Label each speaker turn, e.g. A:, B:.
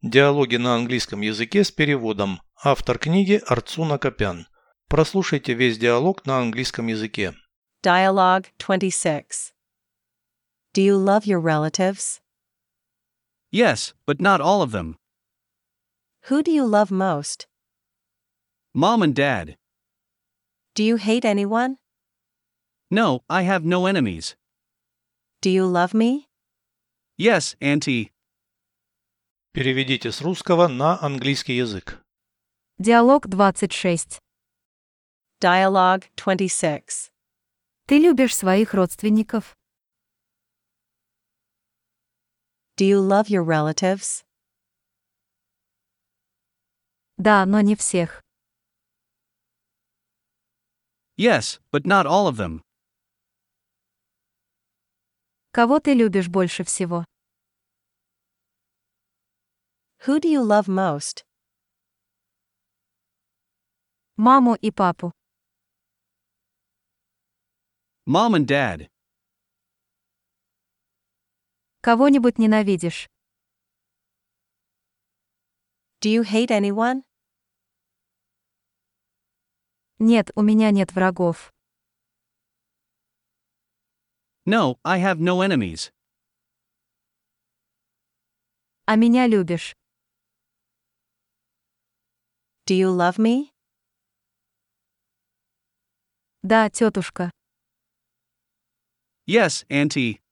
A: Диалоги на английском языке с переводом. Автор книги Арцуна Копян. Прослушайте весь диалог на английском языке.
B: Dialogue 26. Do you love your relatives?
C: Yes, but not all of them.
B: Who do you love most?
C: Mom and Dad.
B: Do you hate anyone?
C: No, I have no enemies.
B: Do you love me?
C: Yes, Auntie.
A: Переведите с русского на английский язык.
D: Диалог 26.
B: Dialogue 26.
D: Ты любишь своих родственников?
B: Do you love your relatives?
D: Да, но не всех.
C: Yes, but not all of them.
D: Кого ты любишь больше всего?
B: Who do you love most?
D: Маму и папу.
C: Mom and Dad.
D: Кого-нибудь ненавидишь?
B: Do you hate anyone?
D: Нет, у меня нет врагов.
C: No, I have no enemies.
D: А меня любишь?
B: Do you love me?
D: Да, тетушка.
C: Yes, Auntie.